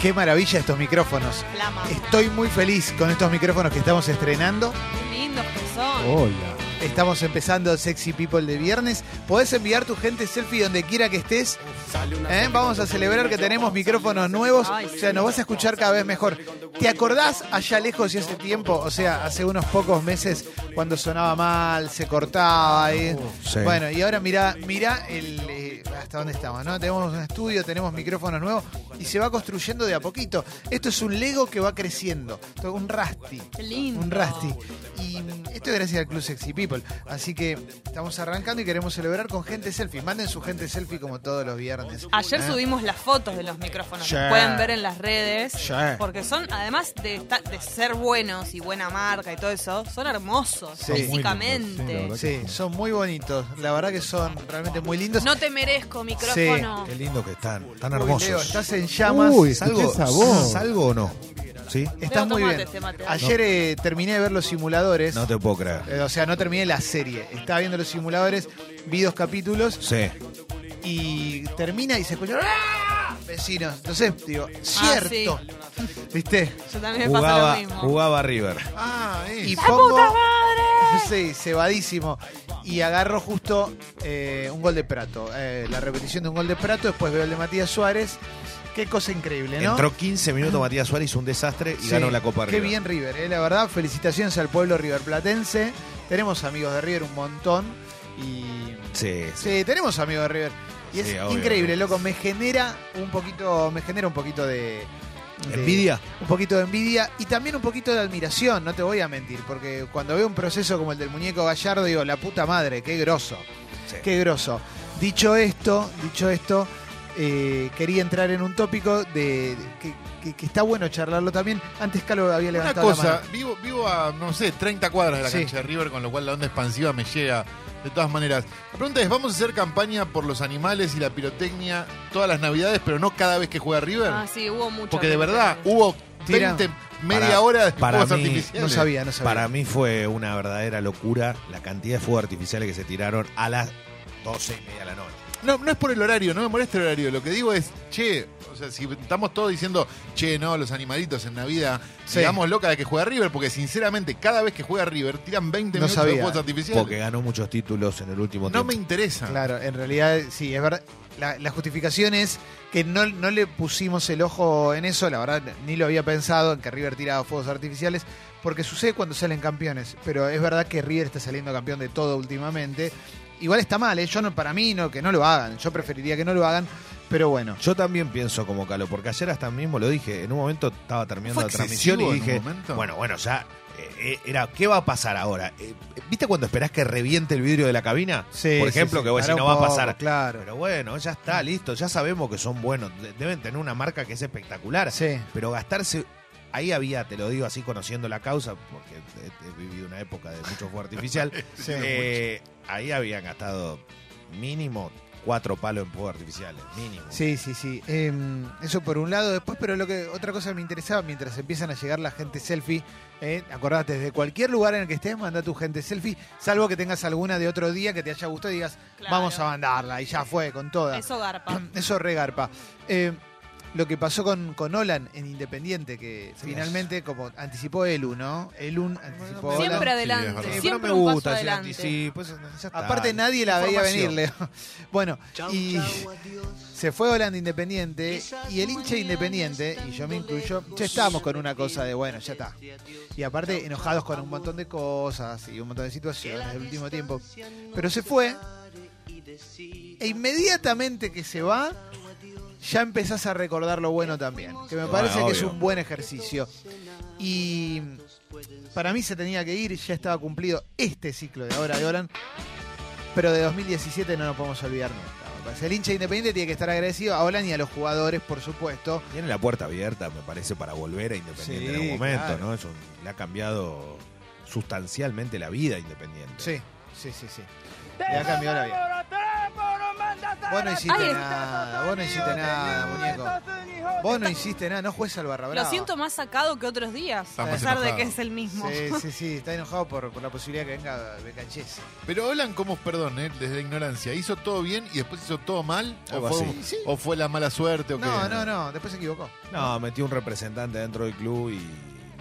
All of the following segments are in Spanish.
Qué maravilla estos micrófonos. Flama. Estoy muy feliz con estos micrófonos que estamos estrenando. Qué lindos que son. Oh. Hola. Estamos empezando Sexy People de viernes. Podés enviar tu gente selfie donde quiera que estés. ¿Eh? Vamos a celebrar que tenemos micrófonos nuevos. Ay, O sea, nos vas a escuchar cada vez mejor. ¿Te acordás allá lejos y hace tiempo? O sea, hace unos pocos meses cuando sonaba mal, se cortaba. ¿eh? Sí. Bueno, y ahora mirá, mirá el, eh, hasta dónde estamos, ¿no? Tenemos un estudio, tenemos micrófonos nuevos y se va construyendo de a poquito. Esto es un Lego que va creciendo. Esto es Un Rusty. Qué lindo. Un Rusty. Y mm, esto es gracias al Club Sexy People. Así que estamos arrancando y queremos celebrar con gente selfie. Manden su gente selfie como todos los viernes. Ayer ¿Eh? subimos las fotos de los micrófonos, Sí. los pueden ver en las redes, Sí. porque son, además de, esta- de ser buenos y buena marca y todo eso, son hermosos Sí. físicamente. Muy lindos, Sí, son muy bonitos. La verdad que son realmente muy lindos. no te merezco Sí. micrófono. Qué lindo que están, tan Uy, Leo, hermosos. estás en llamas. Uy, Salgo- escuché esa voz. ¿Salgo o no? ¿Sí? Estás Leo, muy tomate bien. este mate. Ayer eh, terminé de ver los simuladores. No te puedo creer. Eh, O sea, no terminé la serie. Estaba viendo los simuladores, vi dos capítulos Sí. y termina y se escucha ¡Ah! vecinos. Entonces, digo, Ah, cierto. ¿Viste? Yo también me pasa Jugaba, lo mismo. jugaba a River. Ah, es. ¡La puta madre! Sí, cebadísimo. Y agarro justo eh, un gol de Prato. eh, la repetición de un gol de Prato, después veo el de Matías Suárez. Qué cosa increíble, ¿no? Entró 15 minutos Matías Suárez, hizo un desastre y Sí, ganó la Copa Qué River. bien River, eh, la verdad. Felicitaciones al pueblo riverplatense. Tenemos amigos de River un montón. Y Sí, sí. Sí, tenemos amigos de River. Y Sí, es obvio. increíble, loco. Me genera un poquito, me genera un poquito de, de- ¿Envidia? Un poquito de envidia y también un poquito de admiración, no te voy a mentir, porque cuando veo un proceso como el del muñeco Gallardo, digo, la puta madre, qué groso. Sí. Qué groso. Dicho esto, dicho esto, eh, quería entrar en un tópico de que, que- que está bueno charlarlo también. Antes Calo había Una levantado la cosa, mano. vivo, vivo a, no sé, 30 cuadras de la Sí. cancha de River, con lo cual la onda expansiva me llega de todas maneras. La pregunta es, ¿vamos a hacer campaña por los animales y la pirotecnia todas las navidades, pero no cada vez que juega River? Ah, sí, hubo mucho. Porque de verdad uh, hubo 20, Tira. media Para- hora de para fuegos mí, artificiales. No sabía, no sabía. Para mí fue una verdadera locura la cantidad de fuegos artificiales que se tiraron a las 12 y media de la noche. No, no es por el horario, no me molesta el horario. Lo que digo es, che, o sea, si estamos todos diciendo, che, no, los animalitos en Navidad, Sí. digamos loca de que juega River, porque sinceramente, cada vez que juega River, tiran 20 No minutos de sabía. fuegos artificiales. Porque ganó muchos títulos en el último no me tiempo. interesa. Claro, en realidad sí, es verdad. La, la justificación es que no, no le pusimos el ojo en eso, la verdad ni lo había pensado, en que River tiraba fuegos artificiales, porque sucede cuando salen campeones, pero es verdad que River está saliendo campeón de todo últimamente. Igual está mal, ¿eh? yo no, para mí no, que no lo hagan, yo preferiría que no lo hagan, pero bueno. Yo también pienso como Calo, porque ayer hasta mismo lo dije, en un momento estaba terminando ¿Fue la transmisión y excesivo en un dije, momento? bueno, bueno, ya, eh, eh, era, ¿qué va a pasar ahora? Eh, ¿Viste cuando esperás que reviente el vidrio de la cabina? Sí, Por sí, ejemplo, sí, que vos decís, pará no un va a poco, pasar. Claro, Pero bueno, ya está, listo, ya sabemos que son buenos, de- deben tener una marca que es espectacular, sí. pero gastarse... Ahí había, te lo digo así, conociendo la causa, porque he, he vivido una época de mucho fuego artificial, Sí. eh, ahí habían gastado mínimo cuatro palos en fuego artificiales, mínimo. Sí, sí, sí. Eh, eso por un lado. Después, pero lo que otra cosa que me interesaba, mientras empiezan a llegar la gente selfie, eh, acordate, desde cualquier lugar en el que estés, manda tu gente selfie, salvo que tengas alguna de otro día que te haya gustado y digas, Claro. vamos a mandarla, y ya fue, con toda. Eso garpa. Eso regarpa. Eh, lo que pasó con, con Olan en Independiente, que finalmente, como anticipó Elu, ¿no? Elu anticipó a Olan. Siempre Sí, es adelante, verdad. Eh, pero siempre no un me paso gusta ese adelante. anticipo, eso- ya está. Aparte nadie la veía venir, Información. Leo. Bueno, y se fue Holanda Independiente y el hincha de Independiente, y yo me incluyo, ya estábamos con una cosa de, bueno, ya está. Y aparte enojados con un montón de cosas y un montón de situaciones del último tiempo. Pero se fue e inmediatamente que se va, ya empezás a recordar lo bueno también, que me Bueno, parece que es obvio. un buen ejercicio. Y para mí se tenía que ir, ya estaba cumplido este ciclo de ahora de Olan, pero de 2017 no nos podemos olvidar nunca. me parece. El hincha independiente tiene que estar agradecido a Olan y a los jugadores, por supuesto. Tiene la puerta abierta, me parece, para volver a Independiente Sí, en algún momento, claro. ¿no? Es un- le ha cambiado sustancialmente la vida a Independiente. Sí, sí, sí, sí. Le ha cambiado la vida. Vos no hiciste Ahí está. nada, vos no hiciste nada, muñeco. Vos no hiciste nada, no juez al barra Lo brava. siento más sacado que otros días, Está a más pesar de enojado. que es el mismo. Sí, sí, sí, está enojado por, por la posibilidad que venga Becachese. Pero Olan, como perdón, eh, desde la ignorancia, ¿hizo todo bien y después hizo todo mal? Algo ¿O fue, así. Sí. o fue la mala suerte? O No, qué? no, no, después se equivocó. No, metió un representante dentro del club y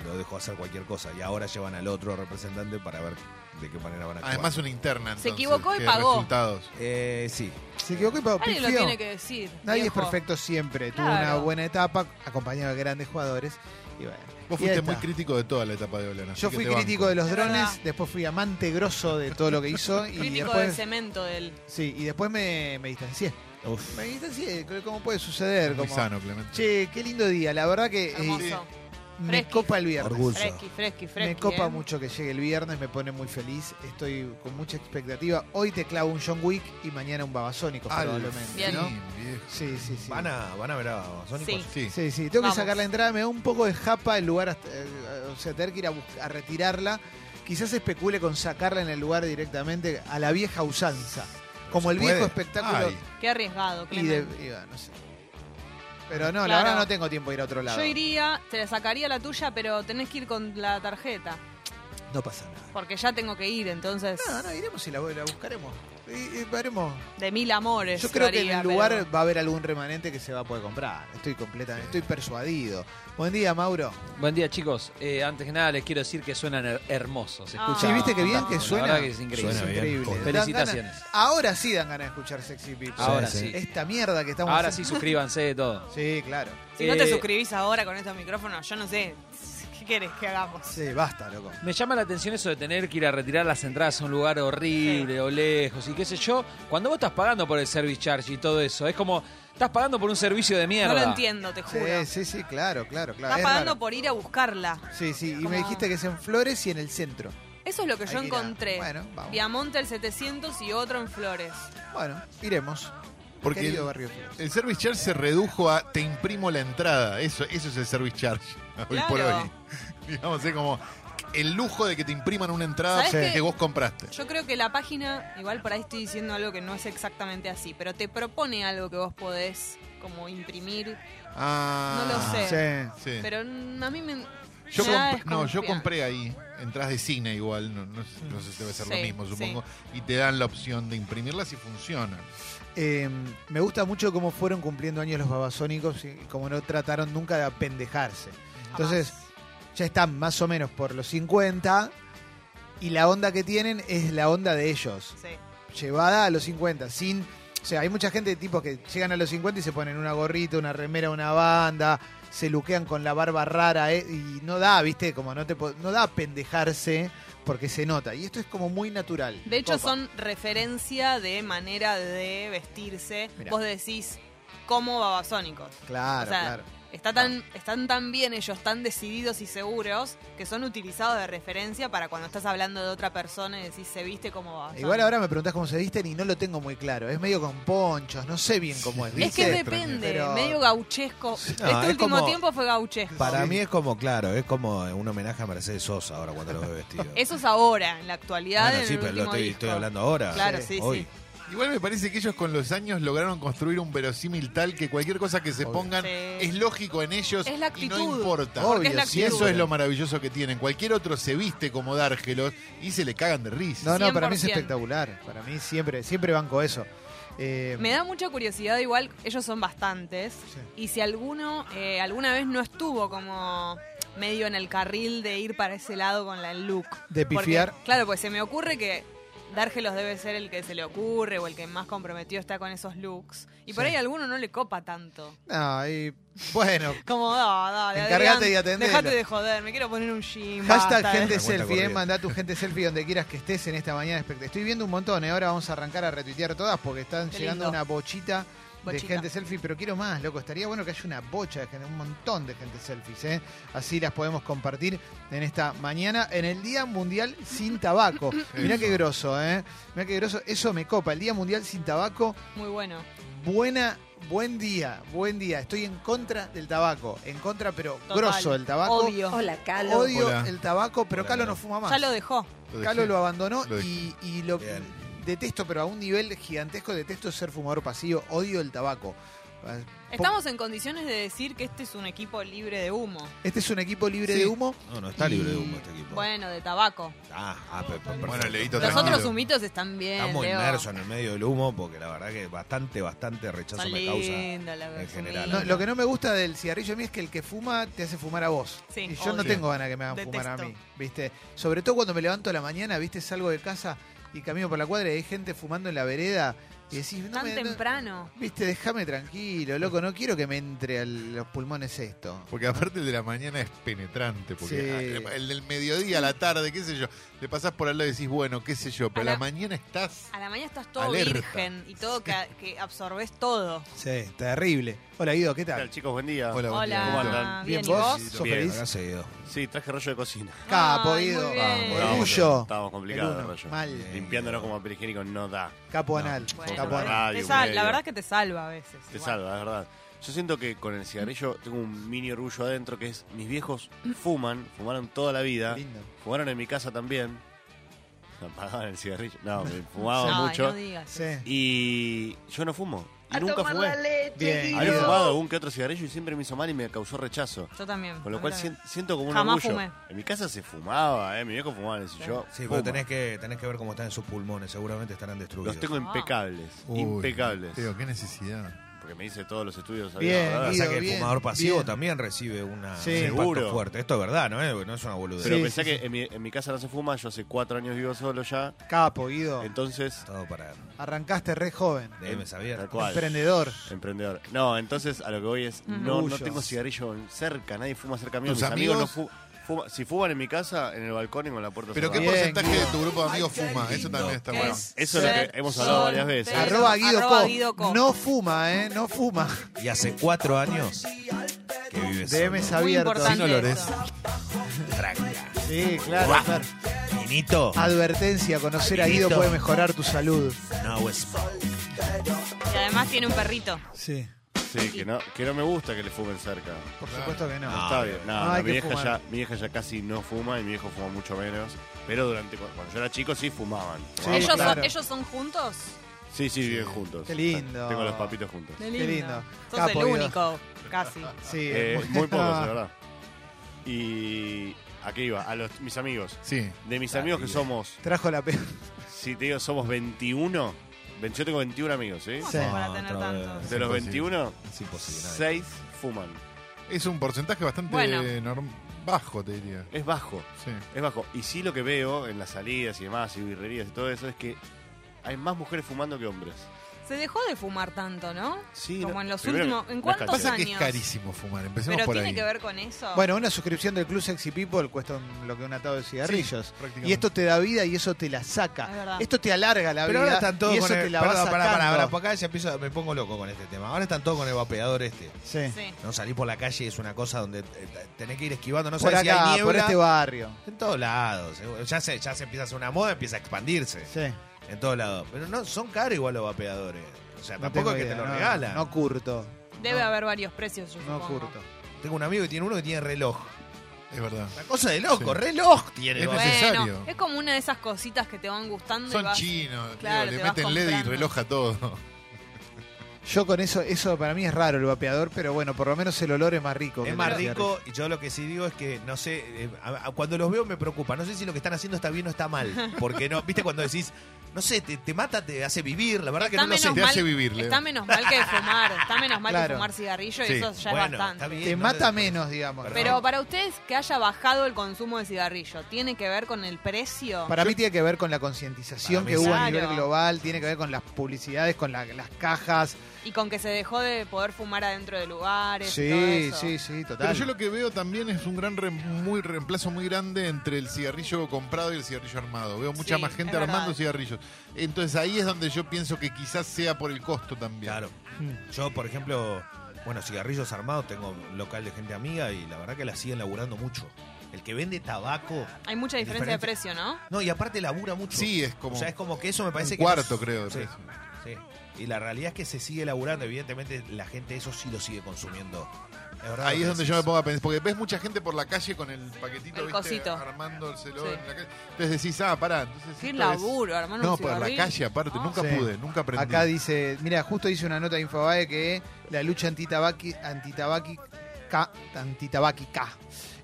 lo dejó hacer cualquier cosa. Y ahora llevan al otro representante para ver de qué manera van a actuar. Además, una interna. Se entonces, equivocó y que pagó. Resultados. Eh, sí. Se equivocó y pagó. Alguien lo pifió. tiene que decir. Nadie viejo. es perfecto siempre. Tuvo Claro. una buena etapa, acompañado de grandes jugadores. Y bueno, Vos y ahí fuiste muy está. crítico de toda la etapa de Olan. así Yo que fui te banco. crítico de los Es drones, verdad. después fui amante grosso de todo lo que hizo. y Crítico del después, cemento del. sí, y después me, me distancié. Uf. Me distancié, creo que cómo puede suceder. Muy Como, sano, Clemente. che, qué lindo día. La verdad que eh, Hermoso. me Fresqui. copa el viernes. Orgullo. Fresqui, fresqui, fresqui. Me copa ¿eh? mucho que llegue el viernes, me pone muy feliz, estoy con mucha expectativa. Hoy te clavo un John Wick y mañana un Babasónico Al probablemente, Bien. ¿no? fin, viejo. Sí, sí, sí. Van a, van a ver a Sónicos. Sí. Sí. Sí, sí, tengo Vamos. que sacar la entrada, me da un poco de japa el lugar, hasta- eh, o sea, tener que ir a, bus- a retirarla. Quizás especule con sacarla en el lugar directamente a la vieja usanza, como se el viejo puede. espectáculo Ay. Qué arriesgado, y de, Clemente. y bueno, no sé. Pero no, la Claro. verdad no tengo tiempo de ir a otro lado. Yo iría, te sacaría la tuya, pero tenés que ir con la tarjeta. No pasa nada. Porque ya tengo que ir, entonces. Ah, No, no, iremos y la, la buscaremos. Y, y veremos. De mil amores. Yo lo creo que en haría, el lugar pero- va a haber algún remanente que se va a poder comprar. Estoy completamente, estoy persuadido. Buen día, Mauro. Buen día, chicos. Eh, antes que nada, les quiero decir que suenan her- hermosos. Se Ah. escucha Sí, ¿viste qué bien fantástico. que La suena? verdad que es increíble. Suena Es bien. increíble. Dan Felicitaciones. ganas- ahora sí dan ganas de escuchar Sexy People. Ahora Sí, sí. Esta mierda que estamos Ahora sí, haciendo. suscríbanse de todo. Sí, claro. Si no te Eh, suscribís ahora con estos micrófonos, yo no sé. ¿Qué querés que hagamos? Sí, basta, loco. Me llama la atención eso de tener que ir a retirar las entradas a un lugar horrible o lejos y qué sé yo. Cuando vos estás pagando por el service charge y todo eso, es como estás pagando por un servicio de mierda. No lo entiendo, te Sí, juro. sí, sí, claro, claro, claro. Estás Es pagando raro. por ir a buscarla. Sí, sí, y me Como- dijiste que es en Flores y en el centro. Eso es lo que yo Hay que ir a- encontré. Bueno, vamos. Viamonte el 700 y otro en Flores. Bueno, iremos. Porque Querido el- barrio Flores. El service charge se redujo a te imprimo la entrada. Eso, eso es el service charge. Hoy por Claro. hoy. Digamos, es como el lujo de que te impriman una entrada ¿Sabés que qué? vos compraste. Yo creo que la página, igual por ahí estoy diciendo algo que no es exactamente así, pero te propone algo que vos podés como imprimir, Ah, No lo sé. Sí. sí. pero mm, a mí me... Yo me da comp- no, yo desconfianza. compré ahí entradas de cine igual, no, no sé- no sé si debe ser lo Sí, mismo, sí. supongo, y te dan la opción de imprimirlas y funcionan. Eh, me gusta mucho cómo fueron cumpliendo años los babasónicos y cómo no trataron nunca de apendejarse. Entonces, ya están más o menos por los 50 y la onda que tienen es la onda de ellos, Sí. llevada a los 50, sin... O sea, hay mucha gente de tipos que llegan a los 50 y se ponen una gorrita, una remera, una banda, se luquean con la barba rara eh, y no da, viste, como no te po- no da apendejarse porque se nota. Y esto es como muy natural. De hecho, Opa. son referencia de manera de vestirse. Mirá. Vos decís, como babasónicos. Claro, o sea, claro. Está tan, Ah. Están tan bien ellos, tan decididos y seguros, que son utilizados de referencia para cuando estás hablando de otra persona y decís, se viste como babasónicos. Igual ahora me preguntás cómo se visten y no lo tengo muy claro. Es medio con ponchos, no sé bien cómo es. Es que ¿viste? depende, Pero- medio gauchesco. este es último como- tiempo fue gauchesco. Para mí es como, claro, es como un homenaje a Mercedes Sosa ahora cuando lo veo vestido. Eso es ahora, en la actualidad. Bueno, en sí, el pero lo último estoy, disco. estoy hablando ahora. Claro, sí, sí. Hoy. Igual me parece que ellos con los años lograron construir un verosímil tal que cualquier cosa que se Obvio. pongan Sí. es lógico en ellos Es la y no actitud. importa. Obvio, Porque es la Si eso actitud. es lo maravilloso que tienen, cualquier otro se viste como Dárgelos y se le cagan de No, risa. no, para mí es 100%. espectacular. Para mí siempre, siempre banco eso. Eh, Me da mucha curiosidad, igual, ellos son bastantes. Y si alguno eh, alguna vez no estuvo como medio en el carril de ir para ese lado con la look. De Porque, pifiar. claro, pues se me ocurre que Dárgelos debe ser el que se le ocurre o el que más comprometido está con esos looks. Y por Sí. ahí a alguno no le copa tanto. no, y bueno, Como, no, dale, Encargate Adrián, y atendelo. Dejate de joder, me quiero poner un gym. hashtag basta de- gente La cuenta selfie, eh, corriente. mandá tu gente selfie donde quieras que estés en esta mañana. espect- Estoy viendo un montón, eh, ahora vamos a arrancar a retuitear todas porque están Qué llegando lindo. una bochita, de Bochita. gente selfie, pero quiero más, loco. Estaría bueno que haya una bocha de gente, un montón de gente selfies, eh. Así las podemos compartir en esta mañana, en el Día Mundial Sin Tabaco. Mirá Eso. qué groso, eh. Mirá qué groso, eso me copa. El Día Mundial Sin Tabaco. Muy bueno. Buena, buen día, buen día. Estoy en contra del tabaco. En contra, pero Total. grosso el tabaco. Obvio. Odio Hola. el tabaco, pero Hola, Calo no Calo. fuma más. Ya lo dejó. Lo Calo dejé. lo abandonó Lo dejé. y, y lo Bien. detesto, pero a un nivel gigantesco, detesto ser fumador pasivo, odio el tabaco. Ah, Estamos en condiciones de decir que este es un equipo libre de humo. Este es un equipo libre Sí. de humo. No, no está libre de humo este equipo. Bueno, de tabaco. Ah, ah, pe- pe- Bueno, perfecto. Leito, Los tranquilo. otros humitos están bien. Estamos Leo. inmersos en el medio del humo porque la verdad que bastante, bastante rechazo Son me causa. lindos los en general. No, humitos. lo que no me gusta del cigarrillo a mí es que el que fuma te hace fumar a vos. Sí, y yo no odio. tengo ganas que me hagan Detesto. fumar a mí, ¿viste? Sobre todo cuando me levanto a la mañana, ¿viste? Salgo de casa y camino por la cuadra y hay gente fumando en la vereda y decís, no Tan me, no- temprano. Viste, déjame tranquilo, loco, no quiero que me entre a los pulmones esto. Porque aparte el de la mañana es penetrante, porque Sí. ah, el del mediodía, a la tarde, qué sé yo, le pasás por al lado y decís, bueno, qué sé yo, pero a la Ahora- mañana estás... A la mañana estás todo Alerta. virgen y todo que, que absorbes todo. Sí, terrible. Hola Guido, ¿qué ¿Qué tal? tal, chicos? Buen día. Hola, buen día. Hola, ¿Cómo andan? bien, Bien, ¿y ¿vos? vos? ¿Sos Bien, feliz? acá seguido. Sí, traje rollo de cocina. Capo, Ay, muy Guido. bien. Vamos, Orgullo. Estábamos El complicados, uno, rollo. mal. Limpiándonos como perigénico no da. Capo anal. Bueno, Capo Capaz. te- anal. Ah, te digo, sal- la medio. verdad es que te salva a veces. Te igual. salva, es verdad. Yo siento que con el cigarrillo tengo un mini orgullo adentro que es mis viejos fuman, fumaron toda la vida, Lindo. fumaron en mi casa también. Apagaban el cigarrillo. No, me fumaban Ay, mucho. no digas. Sí. Y yo no fumo. Y nunca fumé. Este Bien. Había Guido. fumado algún que otro cigarrillo y siempre me hizo mal y me causó rechazo. Yo también. Con lo a cual mí sien- también. siento como un Jamás orgullo. fumé. En mi casa se fumaba, ¿eh? mi viejo fumaba en el sillón. Sí, Fuma. pero tenés que, tenés que ver cómo están sus pulmones, seguramente estarán destruidos. Los tengo Ah. impecables, Uy, impecables. Teo, qué necesidad. Porque me hice todos los estudios. Bien, había, ¿verdad? Pasa que el Bien, fumador pasivo bien. también recibe una, Sí. un impacto Seguro. fuerte. Esto es verdad, ¿no? Eh, No es una boludez. Pero Sí, pensé sí, que en mi, en mi casa no se fuma, yo hace cuatro años vivo solo ya. Capo, Guido. Entonces, Todo para Arrancaste re joven. de me tal sabía. cual. Emprendedor. Emprendedor. No, entonces a lo que voy es, no, no Orgullo. tengo cigarrillo en- cerca, nadie fuma cerca mío. ¿Tus Mis amigos, amigos? no fu- fuma- Si fuman en mi casa, en el balcón y con la puerta Pero qué cerrada. Bien, porcentaje de tu grupo de amigos fuma, eso lindo. también está Es bueno. Eso es lo que hemos hablado varias veces. soltero. Arroba Guido, Arroba Co. Guido Co. No fuma, ¿eh? No fuma. Y hace cuatro años que vive DMs solo. Muy abiertos. importante olores. eso. Tranca. Sí, claro, Buah. claro. Minito, Advertencia, conocer a Guido Guido. puede mejorar tu salud. no smoke. Y además tiene un perrito. Sí, Sí, que no, que no me gusta que le fumen cerca. por supuesto que No, no. está bien. No, No, no, Ah, hay mi, que vieja fumar. ya, mi vieja ya casi no fuma y mi viejo fuma mucho menos. Pero durante cu- cuando yo era chico sí fumaban. Fumaban ¿Ellos, bastante. claro. son, ¿Ellos son juntos? Sí, sí, viven juntos. Qué lindo. Tengo los papitos juntos. lindo. lindo. Sos Capo, el Guido. único, casi. Sí, Eh, muy pocos, de verdad. Y a qué iba, a los, mis amigos. Sí. De mis Ah, amigos que somos, Trajo la peor. si te digo, somos 21. Ve- Yo tengo 21 amigos, ¿sí? ¿Cómo Sí. son para No, tener otra vez. tantos? De los 21, Es imposible. nada. 6 fuman. Es un porcentaje bastante Bueno. norm- bajo, te diría. Es bajo, Sí. es bajo. Y sí lo que veo en las salidas y demás, y birrerías y todo eso, es que hay más mujeres fumando que hombres. Se dejó de fumar tanto, ¿no? Sí, Como no- en los primero, últimos. no ¿En es cuántos cachero. Pasa que es años? carísimo fumar, empecemos Pero por tiene ahí. que ver con eso. Bueno, una suscripción del Club Sexy People cuesta un- lo que un atado de cigarrillos. Sí, prácticamente. y esto te da vida y eso te la saca. Es verdad. Esto te alarga la Pero vida ahora están todos y eso con te el. la Pará, va pará, pará, sacando. pará, porque acá ya empiezo, me pongo loco con este tema. Ahora están todos con el vapeador este. Sí. Sí. No salir por la calle es una cosa donde eh, tenés que ir esquivando, no por sabés si hay acá, niebla. por este barrio. En todos lados. seguro. Ya se, ya se empieza a hacer una moda, empieza a expandirse. Sí. En todos lados. Pero no, son caros igual los vapeadores. O sea, No tampoco tengo es que idea, te lo no, regalan. No curto. Debe No. haber varios precios, yo No supongo. curto. Tengo un amigo que tiene uno que tiene reloj. Es verdad. Una cosa de loco, Sí. reloj tiene. Es vos. Bueno, necesario. es como una de esas cositas que te van gustando y Son vas- chinos, Claro, digo, te le vas meten LED y comprando. reloj a todo. Yo con eso, eso para mí es raro el vapeador, pero bueno, por lo menos el olor es más rico. que Es el más del rico, y yo lo que sí digo es que, no sé, eh, a- a- cuando los veo me preocupa. No sé si lo que están haciendo está bien o está mal. Porque no, viste, cuando decís, no sé, te, te mata, te hace vivir, la verdad que Está no lo sé. menos te mal- hace vivir, Leo. Está menos mal que fumar. Está menos mal que Claro. fumar cigarrillo Sí. y eso ya es Bueno, bastante. está bien, Te no mata te- menos, digamos. ¿no? Pero para ustedes que haya bajado el consumo de cigarrillo, ¿tiene que ver con el precio? Para mí tiene que ver con la concientización Para mí que hubo a sí. nivel Claro. global, tiene que ver con las publicidades, con la- las cajas. Y con que se dejó de poder fumar adentro de lugares. y todo Sí, eso. sí, sí, total. Pero yo lo que veo también es un gran rem- muy reemplazo muy grande entre el cigarrillo comprado y el cigarrillo armado. Veo mucha Sí, más gente es verdad. armando cigarrillos. Entonces ahí es donde yo pienso que quizás sea por el costo también. Claro. Mm. Yo, por ejemplo, bueno, cigarrillos armados, tengo un local de gente amiga y la verdad que la siguen laburando mucho. El que vende tabaco. Hay mucha diferencia Diferente. de precio, ¿no? No, y aparte labura mucho. Sí, es como O sea, es como que eso me parece un que. cuarto, no- creo, de Sí, precio. sí. Y la realidad es que se sigue laburando. Evidentemente, la gente eso sí lo sigue consumiendo Es verdad lo Ahí que es donde decís. yo me pongo a pensar, porque ves mucha gente por la calle con el paquetito, El ¿viste? cosito. armándoselo Sí. en la calle. Entonces decís, ah, pará. Entonces Qué esto es- laburo, hermano. No, pues, un por la cigarrillo. calle aparte, Ah. nunca Sí. pude, nunca aprendí. Acá dice, mira, justo dice una nota de Infobae que la lucha antitabaqui, antitabáquica, antitabáquica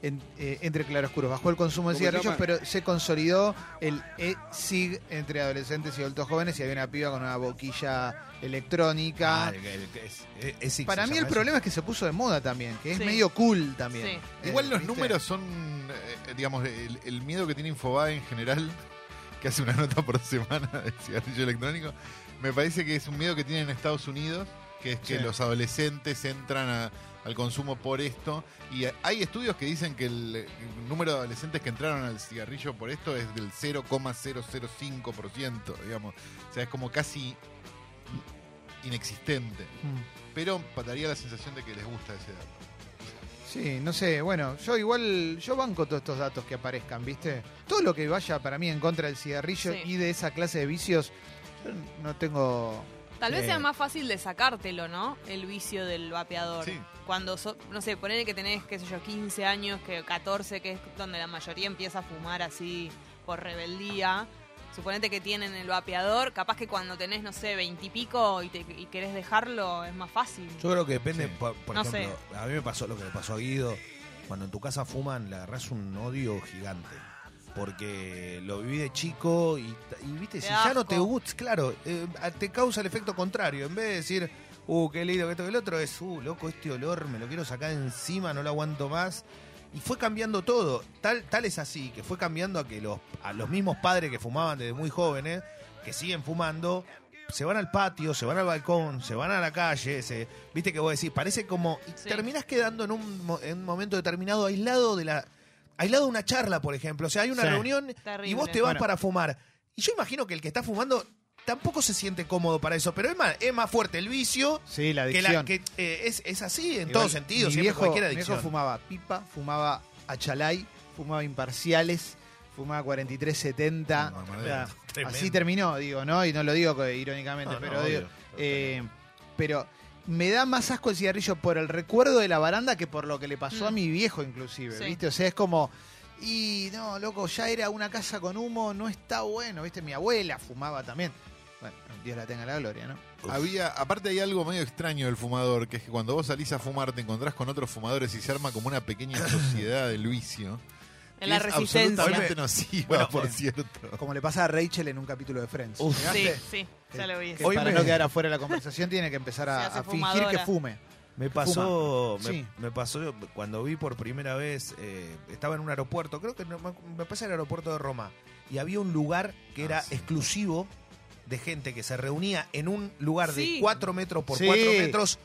en- eh, entre claroscuros. Bajó el consumo de ¿Cómo se cigarrillos, llama? pero se consolidó el e-cig entre adolescentes y adultos jóvenes y había una piba con una boquilla electrónica. Ah, el- el- es- es- es- Para se mí el llama eso. problema es que se puso de moda también, que es Sí. medio cool también. Sí. Eh, Igual los ¿viste? números son, eh, digamos, el, el miedo que tiene Infobae en general, que hace una nota por semana de cigarrillo electrónico, me parece que es un miedo que tienen en Estados Unidos, que es que Sí. los adolescentes entran a- al consumo por esto. Y eh, hay estudios que dicen que el, eh, número de adolescentes que entraron al cigarrillo por esto es del 0,005%, digamos. O sea, es como casi inexistente. Mm. Pero daría la sensación de que les gusta ese dato. Sí, no sé, bueno, yo igual, yo banco todos estos datos que aparezcan, ¿viste? Todo lo que vaya para mí en contra del cigarrillo Sí. y de esa clase de vicios, yo no tengo... Tal vez Eh. sea más fácil de sacártelo, ¿no? El vicio del vapeador. Sí. Cuando, so- no sé, ponele que tenés, qué sé yo, 15 años, que 14, que es donde la mayoría empieza a fumar así por rebeldía. Suponete que tienen el vapeador, capaz que cuando tenés, no sé, 20 y pico y, te- y querés dejarlo, es más fácil. Yo creo que depende, por, por No ejemplo, a mí me pasó lo que le pasó a Guido. Cuando en tu casa fuman, le agarrás un odio gigante. Porque lo viví de chico y, y viste, Te si da ya no asco. te gusta, claro, eh, te causa el efecto contrario. En vez de decir, uh, qué lindo que esto que el otro, es, uh, loco, este olor me lo quiero sacar encima, no lo aguanto más. Y fue cambiando todo. Tal, tal es así, que fue cambiando a que los, a los mismos padres que fumaban desde muy jóvenes, que siguen fumando, se van al patio, se van al balcón, se van a la calle, se, viste que vos decís, parece como. Y Sí. terminás quedando en un, mo- en un momento determinado aislado de la. aislado de una charla, por ejemplo. O sea, hay una Sí. reunión Terrible. y vos te vas Bueno. para fumar. Y yo imagino que el que está fumando tampoco se siente cómodo para eso, pero es más, es más fuerte el vicio Sí, la que adicción. la que eh, es, es así en Igual, todo sentido, mi siempre viejo, cualquier mi viejo adicción. fumaba pipa, fumaba achalay, fumaba imparciales, fumaba 4370. No, no, O sea, Tremendo. así terminó, digo, ¿no? Y no lo digo eh, irónicamente, No, no, pero obvio. digo, eh, pero me da más asco el cigarrillo por el recuerdo de la baranda que por lo que le pasó a Mm. mi viejo, inclusive, Sí. ¿viste? O sea, es como. Y no, loco, ya era una casa con humo, no está bueno, ¿viste? Mi abuela fumaba también. Bueno, Dios la tenga la gloria, ¿no? Había, aparte hay algo medio extraño del fumador, que es que cuando vos salís a fumar te encontrás con otros fumadores y se arma como una pequeña sociedad del vicio. En la que es resistencia. Absolutamente nociva, Bueno, eh. por bueno. cierto. Como le pasa a Rachel en un capítulo de Friends. Uf. Sí, sí, Que- ya lo vi. que Hoy para me- no quedar afuera de la conversación tiene que empezar a, Se hace a fingir fumadora. que fume. Me pasó, fuma. me, Sí. me pasó cuando vi por primera vez, eh, estaba en un aeropuerto, creo que no me me parece el aeropuerto de Roma, y había un lugar que Ah, era sí. exclusivo de gente que se reunía en un lugar Sí. de 4 metros por Sí. 4 metros,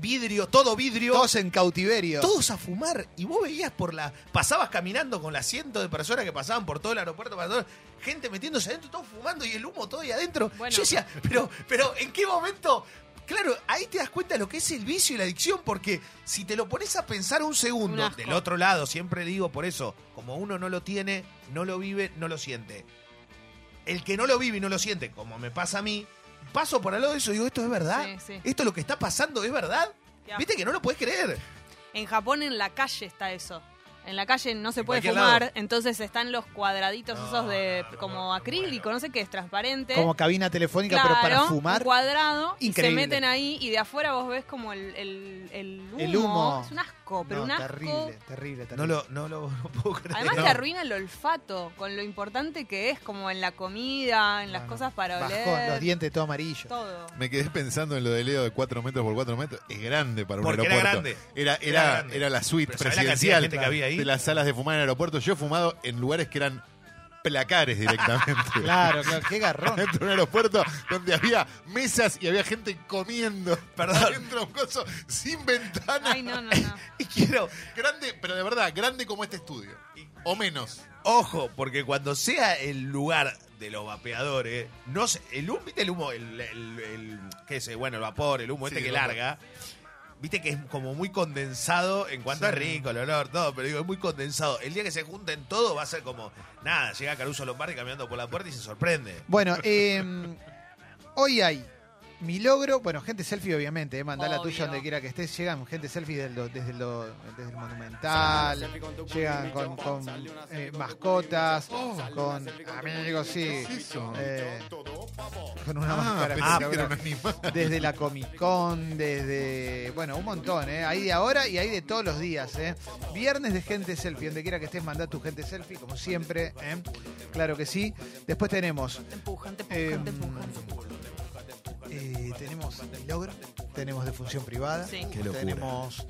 vidrio, todo vidrio, todos, Todos en cautiverio. a fumar, y vos veías por la, pasabas caminando con la cientos de personas que pasaban por todo el aeropuerto, para todo- gente metiéndose adentro, todos fumando y el humo todo ahí adentro. Bueno. Yo decía, pero, pero ¿en qué momento? Claro, ahí te das cuenta de lo que es el vicio y la adicción, porque si te lo pones a pensar un Un segundo, asco. del otro lado, siempre digo por eso, como uno no lo tiene, no lo vive, no lo siente. El que no lo vive y no lo siente, como me pasa a mí, paso por al lado de eso y digo, ¿esto es verdad? Sí, sí. ¿Esto lo que está pasando es verdad? Qué asco. Viste que no lo puedes creer. En Japón en la calle está eso. En la calle no se En puede cualquier fumar, lado. entonces están los cuadraditos No, esos de no, no, como no, no, acrílico, bueno. no sé qué, es transparente. Como cabina telefónica, Claro, pero para un fumar. cuadrado, y Increíble. se meten ahí y de afuera vos ves como el, el, el humo. El humo. Es un asco, pero No, un asco. terrible, terrible, terrible. No lo, no lo no puedo creer. Además No. te arruina el olfato con lo importante que es como en la comida, en las No, no. cosas para Bajón, oler, los dientes todo amarillo. todo. Me quedé pensando en lo de Leo de 4 metros por 4 metros. Es grande para un Porque era aeropuerto. grande. Era, era, Era grande. era la suite Pero ¿sabés la cantidad presidencial de gente que había ahí? de las salas de fumar en aeropuertos. Yo he fumado en lugares que eran placares directamente. Claro, claro, qué garrón. Dentro de un aeropuerto donde había mesas y había gente comiendo. Perdón. Dentro de un coso sin ventana. Ay, no, no, no. Y quiero, Grande, pero de verdad, grande como este estudio. O menos. Ojo, porque cuando sea el lugar de los vapeadores, no sé, el humo, viste el humo, el, el- el- qué sé, bueno, el vapor, el humo Sí, este que el vapor. larga, viste que es como muy condensado en cuanto a rico, el olor, todo, pero digo, es muy condensado. El día que se junten todo va a ser como, nada, llega Caruso Lombardi caminando por la puerta y se sorprende. Bueno, eh, em, hoy hay Mi logro, bueno, gente selfie obviamente, eh, mandá la tuya Obvio. donde quiera que estés. Llegan gente selfie del- lo- desde, lo- desde el Monumental, llegan con, con, eh, mascotas, con amigos, sí. ¿Qué es eso? eh, con una ah, máscara. pensé Ah, que era un animal. desde la Comic Con, desde. Bueno, un montón, ¿eh? Hay de ahora y hay de todos los días, ¿eh? Viernes de gente selfie, donde quiera que estés, mandá tu gente selfie, como siempre, ¿eh? Claro que sí. Después tenemos. Te empujan, te eh, empujan, te empujan. eh, tenemos el logro, tenemos de función privada, Sí. Qué locura. tenemos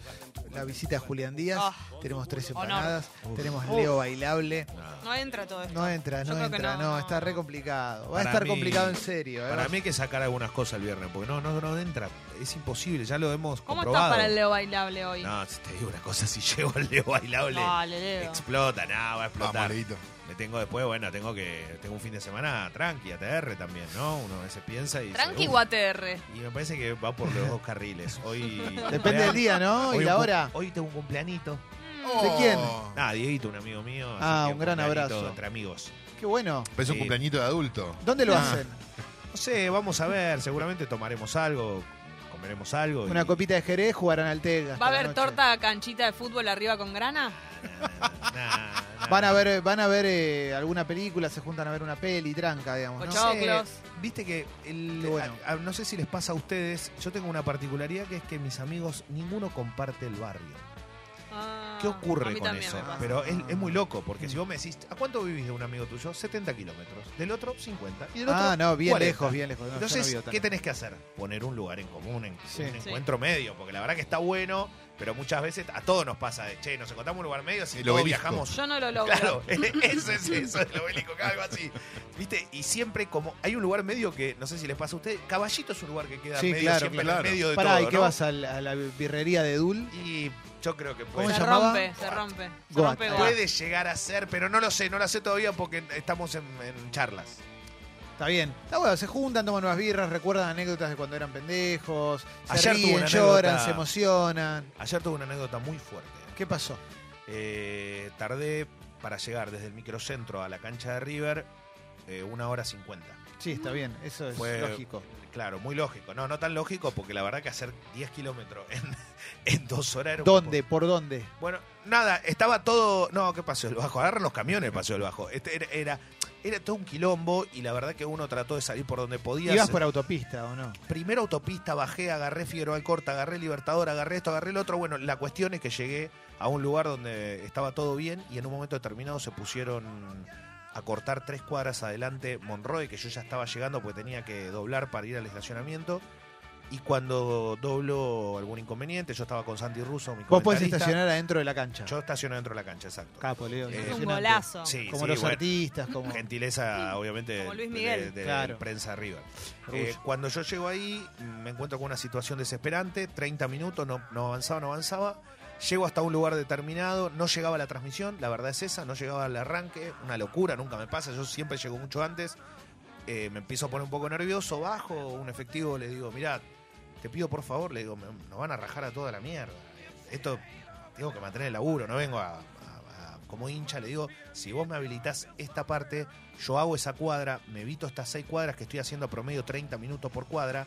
la visita a Julián Díaz, Ah, tenemos tres honor. empanadas, tenemos Uf. Leo bailable. No entra todo esto. No entra, Yo no creo que entra, no. no. está re complicado. Va a Para estar mí- complicado en serio, ¿eh? Para mí hay que sacar algunas cosas el viernes, porque no, no, no entra. Es imposible, ya lo hemos ¿Cómo comprobado. estás para el Leo bailable hoy? No, si te digo una cosa, si llevo el Leo bailable, Dale, Leo. explota, nada, va a Vamos, explotar. Leito. Le tengo después, bueno, tengo que tengo un fin de semana tranqui, ATR también, ¿no? Uno a veces piensa y... dice, Tranqui "Uf". Guaterre. Y me parece que va por los dos carriles. Hoy... Depende del día, ¿no? Hoy y la un- hora. Hoy tengo un cumpleanito. ¿De Oh. quién? Ah, Dieguito, un amigo mío. así Ah, que un gran cumpleañito abrazo. Entre amigos. Qué bueno. Parece un Sí. cumpleañito de adulto. ¿Dónde lo Ah. hacen? No sé, vamos a ver, seguramente tomaremos algo, comeremos algo. Una y- copita de Jerez, jugarán al TEG. hasta ¿Va a la haber noche. torta canchita de fútbol arriba con grana? Nah, nah. Van a ver, van a ver eh, alguna película, se juntan a ver una peli, tranca, digamos. O ¿no? chao. sé, Choclos. Viste que el- Qué bueno. a- a- no sé si les pasa a ustedes, yo tengo una particularidad que es que mis amigos ninguno comparte el barrio. Ah, ¿Qué a ocurre mí con también eso? me pasa. Pero es, es muy loco, porque Mm. si vos me decís, ¿a cuánto vivís de un amigo tuyo? 70 kilómetros. Del otro, 50. Y del otro, Ah, no, bien 40. lejos, bien lejos. No, yo no Entonces, vivo tan ¿qué lejos. tenés que hacer? Poner un lugar en común, en, Sí. un Sí. encuentro medio, porque la verdad que está bueno, pero muchas veces a todos nos pasa de, che, nos encontramos en un lugar medio, si El todos obelisco. viajamos Yo no lo logro. Claro, eso es eso, el obelisco, algo así. ¿Viste? Y siempre como hay un lugar medio que, no sé si les pasa a ustedes, Caballito es un lugar que queda Sí, medio claro, siempre claro. en el medio de Pará, todo, ¿y qué ¿no? vas al- a la birrería de Dul? Y yo creo que ¿Cómo puede, se se llamaba? rompe, se rompe. Se Goat. rompe Goat. puede llegar a ser, pero no lo sé, no lo sé todavía porque estamos en, en charlas. Está bien. Está bueno, se juntan, toman nuevas birras, recuerdan anécdotas de cuando eran pendejos, se Ayer tuve ríen, una lloran, anécdota. se emocionan. Ayer tuve una anécdota muy fuerte. ¿Qué pasó? Eh, tardé para llegar desde el microcentro a la cancha de River eh, una hora cincuenta. Sí, está bien, eso es Fue- lógico. Claro, muy lógico. No, no tan lógico porque la verdad que hacer 10 kilómetros en, en dos horas era un ¿Dónde? ¿Por dónde? poco. Bueno, nada, estaba todo. No, ¿qué pasó el bajo? Agarran los camiones el paseo del bajo. Este era, era, era todo un quilombo y la verdad que uno trató de salir por donde podía. ¿Ibas Se- por autopista o no? Primero autopista, bajé, agarré Figueroa Corta, agarré Libertador, agarré esto, agarré el otro. Bueno, la cuestión es que llegué a un lugar donde estaba todo bien y en un momento determinado se pusieron a cortar tres cuadras adelante Monroy, que yo ya estaba llegando porque tenía que doblar para ir al estacionamiento. Y cuando doblo algún inconveniente, yo estaba con Santi Russo, mi Vos podés comentarista. estacionar adentro de la cancha. Yo Eh, estaciono dentro de la cancha, exacto. Capo, Leo. Es un Es un impresionante. golazo. Sí, Como sí, los bueno. artistas, como... Gentileza, obviamente, Como Luis de- Miguel. de, de Claro. prensa arriba. Orgullo. Eh, cuando yo llego ahí, me encuentro con una situación desesperante, 30 minutos, no, no avanzaba, no avanzaba. Llego hasta un lugar determinado, no llegaba la transmisión, la verdad es esa, no llegaba al arranque, una locura, nunca me pasa, yo siempre llego mucho antes, Eh, me empiezo a poner un poco nervioso, bajo, un efectivo le digo, mirá, te pido por favor, le digo, "me- nos van a rajar a toda la mierda, esto tengo que mantener el laburo, no vengo a, a- a- como hincha, le digo, si vos me habilitás esta parte, yo hago esa cuadra, me evito estas seis cuadras que estoy haciendo a promedio 30 minutos por cuadra,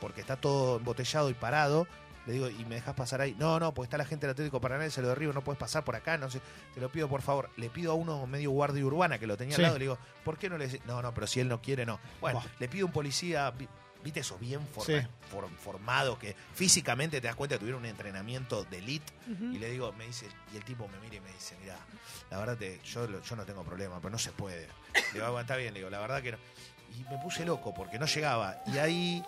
porque está todo embotellado y parado. Le digo, ¿y me dejas pasar ahí? No, no, porque está la gente del Atlético Paraná y se lo derribo, no puedes pasar por acá, no sé. Te lo pido, por favor. Le pido a uno medio guardia urbana que lo tenía Sí. al lado, le digo, ¿por qué no le decís? No, no, pero si él no quiere, no. Bueno, Buah. le pido a un policía, vi- viste eso, bien forma- Sí. for- formado, que físicamente te das cuenta que tuvieron un entrenamiento de elite. Ujú. Y le digo, me dice, y el tipo me mira y me dice, mira, la verdad te, yo, lo- yo no tengo problema, pero no se puede. Le digo, aguanta bien, le digo, la verdad que no. Y me puse loco porque no llegaba. Y ahí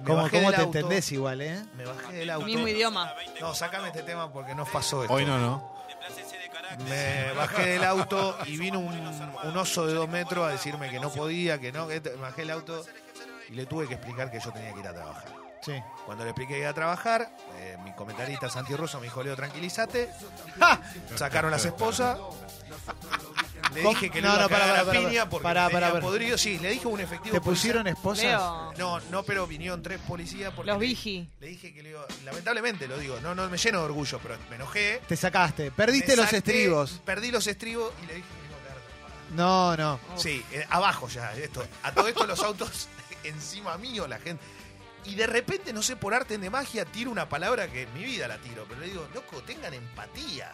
me ¿Cómo, bajé cómo del te auto, entendés igual, eh? Me bajé del auto. Mismo idioma. No, sacame este tema porque no pasó esto. Hoy no, no. Me bajé del auto y vino un, un oso de dos metros a decirme que no podía, que no, que esto- me bajé del auto y le tuve que explicar que yo tenía que ir a trabajar. Sí. Cuando le expliqué que iba a trabajar, eh, mi comentarista Santi Russo me dijo, Leo, tranquilízate. ¡Ja! Sacaron las esposas. Le ¿Cómo? dije que no, No, iba no, a cagar pará, pará, a pará, piña porque pará, me tenía pará, pará. podrido. Sí, le dije a un efectivo. ¿Te policial- pusieron esposas? Leo. No, no, pero vinieron tres policías. Porque Los le- vigi. Le, dije que le digo, lamentablemente lo digo, no, no me lleno de orgullo, pero me enojé. Te sacaste, perdiste Me los saqué, estribos. Perdí los estribos y le dije que iba a cagar a piña. No, no. Uf. Sí, eh, abajo ya, esto. A todo esto los autos encima mío, la gente. Y de repente, no sé, por arte de magia, tiro una palabra que en mi vida la tiro, pero le digo, loco, tengan empatía.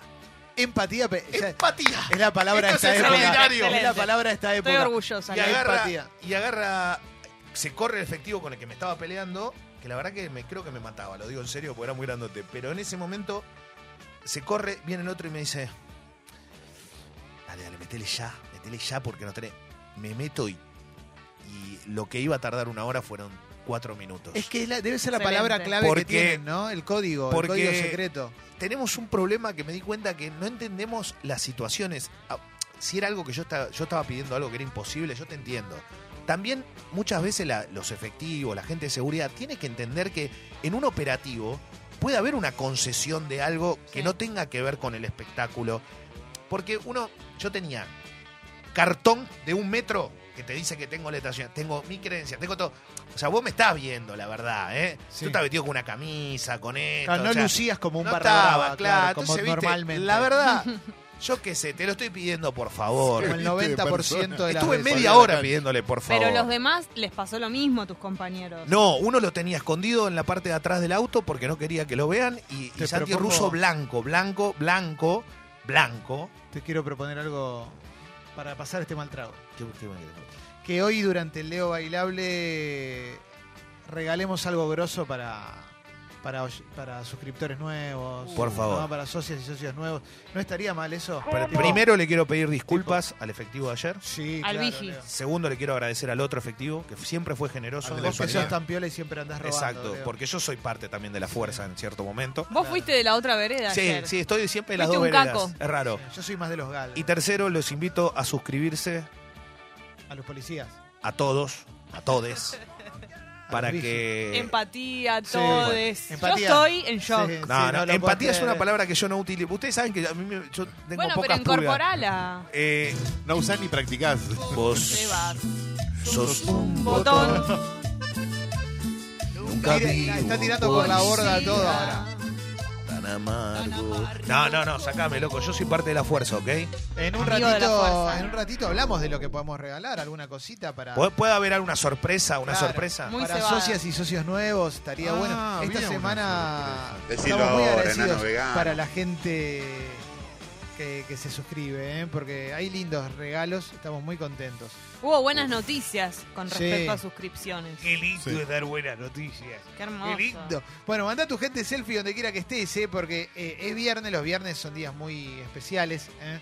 Empatía, pe- ya- Empatía. es la palabra de Em- Esto esta es época. extraordinario. Es la palabra de esta Estoy época. orgullosa. Y la verdad. agarra, empatía. y agarra, se corre el efectivo con el que me estaba peleando, que la verdad que me creo que me mataba, lo digo en serio porque era muy grandote, pero en ese momento se corre, viene el otro y me dice, dale, dale, metele ya, metele ya porque no tenés, me meto y, y lo que iba a tardar una hora fueron cuatro minutos. Es que es la- debe ser la Excelente. palabra clave Porque- que tienen, ¿no? El código, porque- el código secreto. tenemos un problema que me di cuenta que no entendemos las situaciones. Ah, Si era algo que yo estaba, yo estaba pidiendo algo que era imposible, yo te entiendo. También muchas veces la- los efectivos, la gente de seguridad, tiene que entender que en un operativo puede haber una concesión de algo que Sí. no tenga que ver con el espectáculo. Porque uno, yo tenía cartón de un metro que te dice que tengo letación, tengo mi creencia, tengo todo. O sea, vos me estás viendo, la verdad, ¿eh? Sí. Tú estás vestido con una camisa, con esto. Claro, no o sea, lucías como un no barra estaba, brava, claro, claro, como entonces, viste, normalmente. La verdad, yo qué sé, te lo estoy pidiendo por favor. como el Viste de 90% de las Estuve veces. media hora pidiéndole por favor. Pero los demás les pasó lo mismo a tus compañeros. No, uno lo tenía escondido en la parte de atrás del auto porque no quería que lo vean y, y Te Santi propongo- Russo blanco, blanco, blanco, blanco. Te quiero proponer algo para pasar este mal trago. Qué- qué bueno que te encuentro. Que hoy durante el Leo Bailable regalemos algo grosso para, para, oy- para suscriptores nuevos. Por ¿no? favor. Para socias y socios nuevos. ¿No estaría mal eso? Pero Tipo- primero le quiero pedir disculpas al efectivo de ayer. Sí, Al claro, Vigi. Leo. Segundo le quiero agradecer al otro efectivo que siempre fue generoso. Al de la Vos que Compañía. sos tan piola y siempre andás robando. Exacto, Leo. porque yo soy parte también de la fuerza en cierto momento. Vos fuiste de la otra vereda Sí, ayer. sí, estoy siempre de las Fuiste dos un veredas. caco. Es raro. Yo soy más de los gal. Y tercero, los invito a suscribirse A los policías. a todos, a todes, para Vigil. que... Empatía, Sí, todes. bueno, empatía. Yo estoy en shock. Sí, sí, No, no, no lo puedo empatía es una creer. palabra que yo no utilizo. Ustedes saben que a mí me- yo tengo Bueno, pero pocas pulgas. incorporala. Eh, No usás ni practicás. Te vos vas. sos un Botón. nunca Mira, vi la un está tirando por la policía borda todo ahora. tan amargo. No, no, no, sacame, loco. Yo soy parte de la fuerza, ¿ok? En un, Amigo de la ratito, fuerza. en un ratito hablamos de lo que podemos regalar, alguna cosita para... ¿Puede, puede haber alguna sorpresa, una Claro. sorpresa? Muy para cebada. socias y socios nuevos, estaría Ah, bueno. Esta había una semana sorpresa. Decilo estamos muy ahora, agradecidos enano vegano. para la gente que, que se suscribe, ¿eh? porque hay lindos regalos, estamos muy contentos. Hubo buenas noticias con Sí. respecto a suscripciones. Qué lindo Sí. es dar buenas noticias. Qué hermoso. Lindo. Bueno, manda tu gente selfie donde quiera que estés, ¿eh? porque eh, es viernes, los viernes son días muy especiales. ¿eh?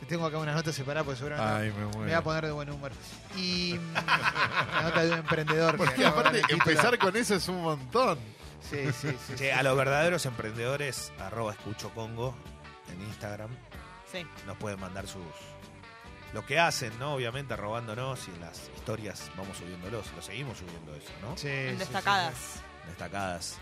Te tengo acá unas notas separadas porque seguramente Ay, me me voy a muero. poner de buen humor. Y mm, la nota de un emprendedor. que Porque acabo de aparte, ver el título. empezar con eso es un montón. Sí, sí, sí. Che, a los verdaderos emprendedores, arroba escucho Congo en Instagram, Sí. nos pueden mandar sus. Lo que hacen, ¿no? Obviamente, robándonos y en las historias vamos subiéndolos. Lo seguimos subiendo eso, ¿no? Sí, sí, En sí, destacadas. Destacadas.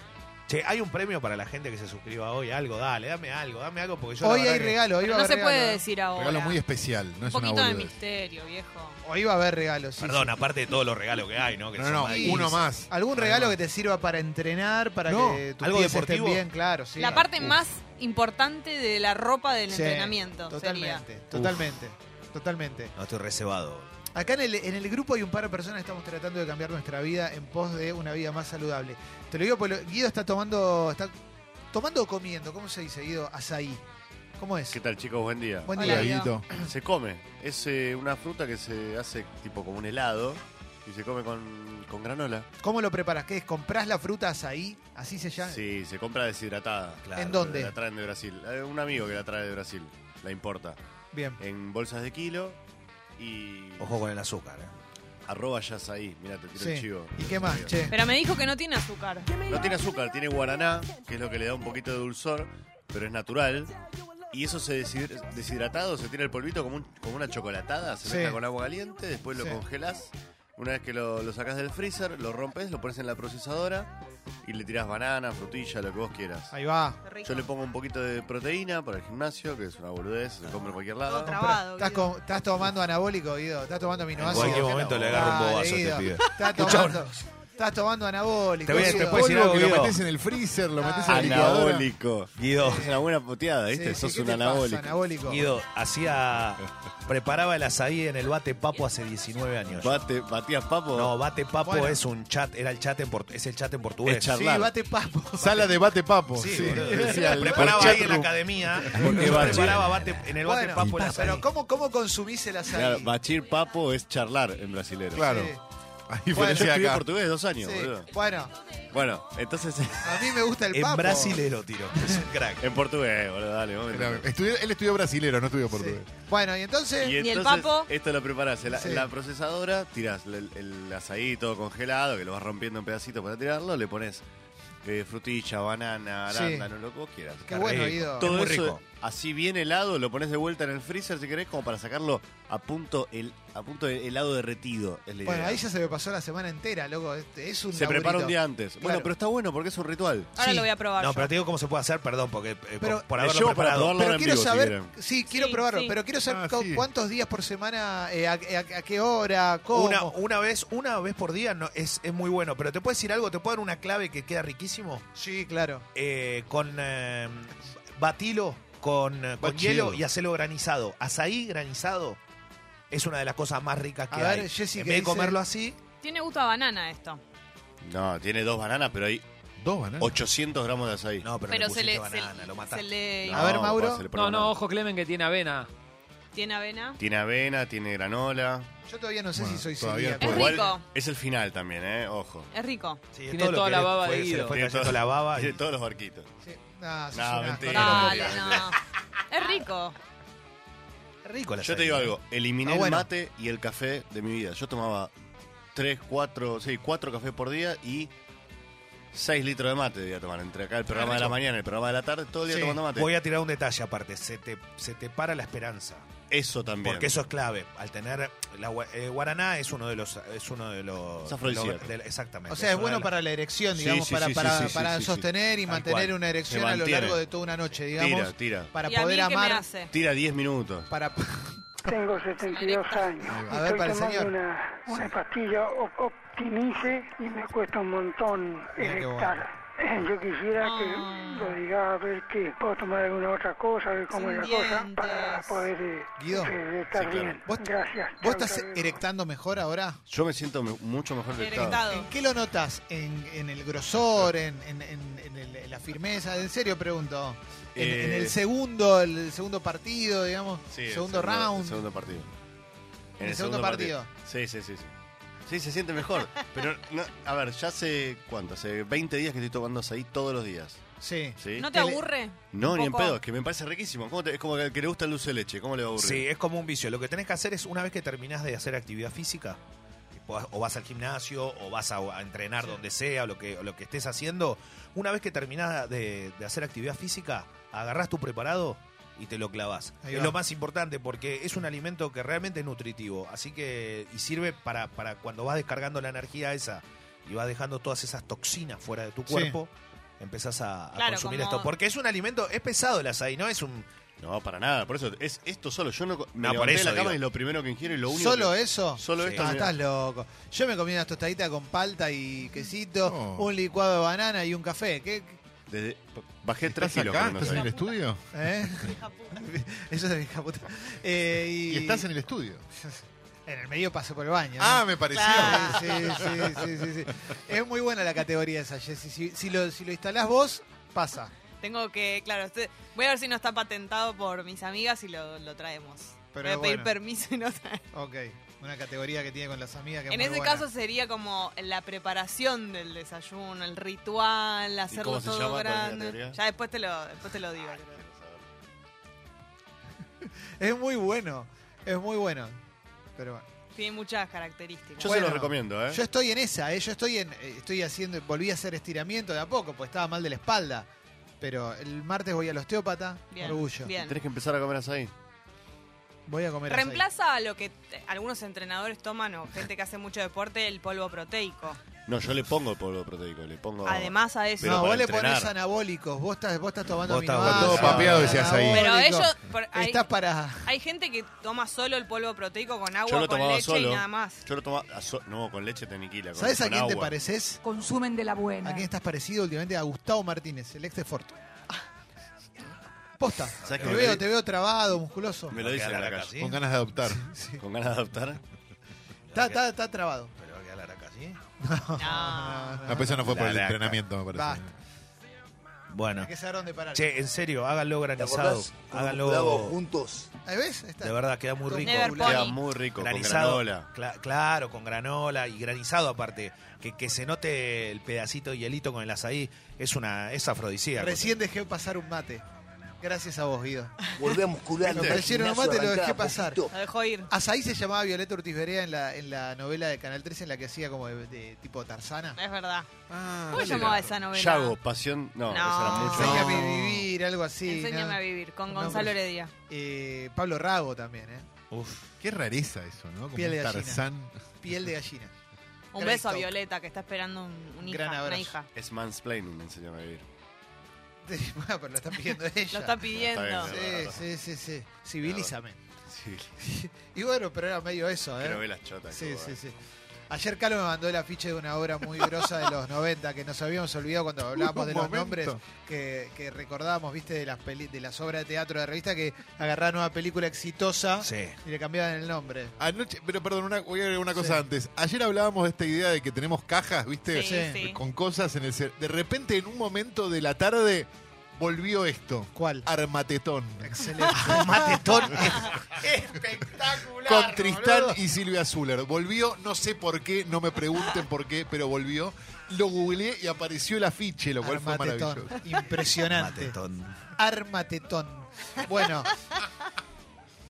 Che, hay un premio para la gente que se suscriba hoy. Algo, dale, dame algo, dame algo porque sí. yo. la Hoy verdad hay que- regalo, hoy va Pero a no haber se regalo, puede ¿eh? decir ahora. Regalo muy especial, no Un es una poquito de boludez. misterio, viejo. Hoy va a haber regalos. sí, Perdón, sí. aparte de todos los regalos que hay, ¿no? Que No, son no, ahí. uno más. ¿Algún regalo que te sirva para entrenar, para No, que tus algo pies estén deportivo. bien? Claro, sí. La parte más importante de la ropa del Sí, entrenamiento sería. Totalmente, totalmente, totalmente. No estoy reservado. Acá en el, en el grupo hay un par de personas que estamos tratando de cambiar nuestra vida en pos de una vida más saludable. Te lo digo porque lo- Guido está tomando, está tomando o comiendo, ¿cómo se dice Guido? Azaí. ¿Cómo es? ¿Qué tal, chicos? Buen día. Buen Hola, día. Guido. Cuidadito. Se come. Es eh, una fruta que se hace tipo como un helado y se come con, con granola. ¿Cómo lo preparas? ¿Qué es? ¿Comprás la fruta azaí? Así se llama. Sí, se compra deshidratada. Claro. ¿En dónde? La traen de Brasil. Eh, Un amigo que la trae de Brasil. La importa. Bien. En bolsas de kilo y. Ojo con el azúcar, ¿eh? Arroba ya ahí. Mira, te tiro el Sí. chivo. ¿Y qué más, che? Pero me dijo que no tiene azúcar. No tiene azúcar, tiene guaraná, que es lo que le da un poquito de dulzor, pero es natural. Y eso se deshid- deshidratado, se tira el polvito como, un- como una chocolatada, se Sí. mezcla con agua caliente, después lo Sí. congelás. Una vez que lo, lo sacás del freezer, lo rompes, lo pones en la procesadora y le tirás banana, frutilla, lo que vos quieras. Ahí va. Qué rico. Yo le pongo un poquito de proteína para el gimnasio, que es una boludez, se come en cualquier Todo lado. trabado. ¿Estás, Guido. com- estás tomando anabólico, Guido? ¿Estás tomando En aminoácidos? cualquier momento le agarro un Dale, bobazo a este Guido. pibe. Está Escuchá tomando, Estás tomando anabólico. Te voy a- querido. te puedo decir- Polvo que Guido. lo metes en el freezer, lo metes Ah, en la licuadora. Anabólico. Guido, Es una buena poteada, ¿viste? Sí, sí, Sos ¿qué un te pasa, anabólico. anabólico? Eh, Guido hacía. Preparaba el azaí en el bate papo hace 19 años. Bate, batías papo. No, bate papo Bueno. es un chat, era el chat en portu- es el chat en portugués. Es chat. Sí, charlar. bate papo. Sala de bate papo. Sí, Sí, boludo. decía el- preparaba por ahí en la chatroom. academia. Porque yo va- preparaba bate, en el bate Bueno, papo el azaí. pero ¿cómo, cómo consumís el azaí? Claro, bachir papo es charlar en brasilero. Claro. Sí. A Bueno, yo diferencia de escribí acá. portugués dos años, Sí. boludo. Bueno, Bueno, entonces a mí me gusta el En papo. brasilero tiro. Es un crack. en portugués, boludo, dale, vamos. Era- estudió- él estudió brasilero, no estudió portugués. Bueno, y entonces... Y Ni el entonces, papo. esto lo preparás en la, Sí. en la procesadora, tirás el, el azaí todo congelado, que lo vas rompiendo en pedacitos para tirarlo, le pones eh, frutilla, banana, Sí. arándano, lo que vos quieras. Qué bueno, rico. Guido. Todo muy eso, rico. así bien helado, lo pones de vuelta en el freezer si querés, como para sacarlo a punto, el, a punto de helado derretido. Es la Bueno, idea. ahí ya se me pasó la semana entera, loco. Este Es un Se prepara un laburito. día antes. Bueno, Claro. pero está bueno porque es un ritual. Ahora Sí. lo voy a probar. No, yo. pero te digo cómo se puede hacer, perdón, porque eh, Pero- por- por Le haberlo llevo para preparado. probarlo. Pero en quiero vivo, si saber, quieren. sí, quiero Sí, probarlo, sí. pero quiero saber Ah, cu- sí. cuántos días por semana, eh, a, a- a qué hora, cómo. Una, una vez, una vez por día no, es, es muy bueno. Pero te puedo decir algo, te puedo dar una clave que queda riquísimo. Sí, claro. Eh, con eh, batilo, con, eh, con Batido. hielo y hacelo granizado. Azaí granizado es una de las cosas más ricas que A ver, hay. Jessy, en ¿qué vez de dice? comerlo así, Tiene gusto a banana esto. No, tiene dos bananas, pero hay Dos bananas. 800 gramos de azaí. ¿Eh? no, pero, Pero le se le. pusiste banana, se, lo se mataste. le- Eh. A ver, Mauro. pásale por No, banana. no, ojo Clemen que tiene avena. Tiene avena. Tiene avena, tiene granola. Pues Yo todavía no sé Bueno, si soy todavía celíaco. Es Bueno. rico. es el final también, ¿eh? Ojo. Es rico. Sí, Tiene todo lo toda que la le baba fue- de Se le Guido. fue cayendo la baba. Tiene y- todos los barquitos. Sí. No, sos No, un asco. mentira. Dale, no, no. Es rico. rico la Yo te azaí. digo algo. Eliminé Ah, bueno. el mate y el café de mi vida. Yo tomaba 3, 4, 6, 4 cafés por día y 6 litros de mate debía tomar. Entre acá el programa de la mañana y el programa de la tarde, todo el día Sí, tomando mate. Voy a tirar un detalle aparte. Se te, se te para la esperanza. Eso también. Porque eso es clave. Al tener. La, gua- eh, guaraná es uno de los. Es uno de los. Es afrodisíaco. de la- exactamente. O sea, es una bueno de para la erección, Sí, digamos, sí, para, sí, sí, para, sí, sí, para sí, sí. sostener y Tal mantener cual. una erección Se a lo mantiene. largo de toda una noche, digamos. Tira, tira. Para ¿Y a mí poder qué me amar. hace? Tira 10 minutos. Para, Tengo 72 años. A ver, Estoy para el tomando señor. una, una pastilla op- Optimice y me cuesta un montón Mira qué erectar. Eh, Yo quisiera Ah. que lo diga a ver que puedo tomar alguna otra cosa, a ver cómo Sin es la cosa, dientes. para poder eh, Guido. eh, estar Sí, claro. bien. ¿Vos, Gracias. ¿Vos Chau, estás chau. erectando mejor ahora? Yo me siento me- mucho mejor erectado. Erectado. ¿Qué lo notas? ¿En, en el grosor? ¿En, en- en- en el- en la firmeza? En serio pregunto. ¿En, Eh. en el segundo, el segundo partido, digamos? Sí, el segundo, round. El segundo partido. el segundo Sí, sí, sí, sí. Sí, se siente mejor. Pero, no, a ver, ya hace, ¿cuánto? Hace 20 días que estoy tomando ahí todos los días. Sí. ¿sí? ¿No te Tele- aburre? No, Un ni en poco. pedo, es que me parece riquísimo. ¿Cómo te- es como el que le gusta el dulce de leche, ¿cómo le va a aburrir? Sí, es como un vicio. Lo que tenés que hacer es, una vez que terminás de hacer actividad física, o o vas al gimnasio, o vas a, a entrenar donde sea, o lo, que, o lo que estés haciendo, una vez que terminás de, de hacer actividad física, agarrás tu preparado y te lo clavas. Ahí Es va. lo más importante porque es un alimento que realmente es nutritivo. Así que, y sirve para, para cuando vas descargando la energía esa y vas dejando todas esas toxinas fuera de tu Sí. cuerpo. Empezás a, a Claro, consumir como- esto. Porque es un alimento, es pesado el azaí, ¿no? Es un. No, para nada, por eso es esto solo. Yo no, co- me No, por levanté de eso la cama digo. y es lo primero que ingiero y lo único. ¿Solo que- eso? Solo Sí. esto. Ah, me- estás loco. Yo me comí unas tostaditas con palta y quesito, No. un licuado de banana y un café. ¿Qué? desde- bajé 3 ¿Estás kilos. acá? comiendo ¿Estás en el azaí. estudio? ¿Eh? Eso es de mi hija puta. Eh, y, Y estás en el estudio. en el medio pasé por el baño. ¿no? Ah, me pareció. Claro. Sí, sí, sí, sí, sí. Es muy buena la categoría esa, Jessy. Si, si lo, si lo instalás vos, pasa. Tengo que, claro, este- voy a ver si no está patentado por mis amigas y lo, lo traemos. Pero voy a pedir bueno. permiso y no traer. Ok. Una categoría que tiene con las amigas que es En muy ese buena. caso sería como la preparación del desayuno, el ritual, hacerlo cómo se todo llama? ¿Cuál es la grande. teoría? Ya después te lo, después te lo digo. creo. Es muy bueno. Es muy bueno. Pero bueno. Tiene muchas características. Yo Bueno, se lo recomiendo, ¿eh? Yo estoy en esa, ¿eh? yo estoy en, eh, estoy haciendo, volví a hacer estiramiento de a poco, pues estaba mal de la espalda. Pero el martes voy al osteópata, Bien, orgullo. bien. Tenés que empezar a comer azaí. Voy a comer. azaí. Reemplaza a lo que te- algunos entrenadores toman o gente que hace mucho deporte, el polvo proteico. No, yo le pongo el polvo proteico, le pongo. Además a eso. Pero Oh. no, para vos le entrenar. ponés anabólicos, vos estás, vos estás tomando Vos estás con aminoácidos, todo papeado estás y seas ahí. Pero anabólico, ellos- por- hay- estás para... Hay gente que toma solo el polvo proteico con yo agua, lo con tomaba leche solo. y nada más. Yo lo tomaba. a so- no, con leche teniquila. Con, ¿Sabes a con quién te agua. pareces? Consumen de la buena. ¿A quién estás parecido últimamente? A Gustavo Martínez, el ex de Ford. Posta. Te ¿Sabes que me veo, lo- te veo trabado, musculoso. Me lo dicen Queda en la la calle. ¿Sí? Con ganas de adoptar. Con ganas de adoptar. Está, está, está trabado. Pero que a la araca, ¿sí? No. No, pero eso no fue por La el laca. entrenamiento, me parece. Basta. Bueno. Hay que saber dónde parar. Che, en serio, háganlo granizado. Háganlo. Ahí ¿Ves? Ahí está. De verdad, queda muy rico. Never Popular. Queda Pony. muy rico. Granizado. Con granola. cla- claro, con granola y granizado aparte. Que, que se note el pedacito de hielito con el azaí. Es una es afrodisíaco. Recién dejé pasar un mate. Gracias a vos, Guido. Volví a muscular. Me ofrecieron un mate, lo dejé pasar. Lo dejó ir. Azaí se llamaba Violeta Ortiz Berea en la, en la novela de Canal 13 en la que hacía como de, de tipo Tarzana. Es verdad. Ah, ¿Cómo ¿cuál se llamaba era? esa novela? Yago, pasión. No. No, esa era mucho. Enséñame No. a vivir, algo así. Enséñame ¿no? a vivir, con No, Gonzalo pero- Heredia. Eh, Pablo Rago también, ¿eh? Uf, Qué rareza eso, ¿no? Como Piel de un gallina. Tarzán. Piel de gallina. Un Gran beso a talk. Violeta, que está esperando un, un Gran hija, una abrazo. hija. Es mansplaining, enséñame a vivir. Bueno, pero lo están pidiendo ella. Lo está pidiendo. Está bien, Sí, sí, sí, sí. Civilízame. Sí, Y bueno, pero era medio eso, que no ¿eh? ve las chotas. Sí, como, sí, eh. sí. Ayer Calo me mandó el afiche de una obra muy grosa de los 90 que nos habíamos olvidado cuando hablábamos Un de los momento. nombres que, que recordábamos, viste, de las peli- de las obras de teatro de revista que agarraban una película exitosa sí. y le cambiaban el nombre. Anoche, pero perdón, una, voy a agregar una cosa Sí. antes. Ayer hablábamos de esta idea de que tenemos cajas, ¿viste? Sí, Sí. sí. Con cosas en el cer- De repente, en un momento de la tarde, volvió esto. ¿Cuál? Armatetón. Excelente. Matetón. Espectacular. Con Tristán boludo. y Silvia Zuller. Volvió, no sé por qué, no me pregunten por qué, pero volvió. Lo googleé y apareció el afiche, lo cual fue Armatetón. maravilloso. Impresionante. Matetón. Armatetón. Bueno,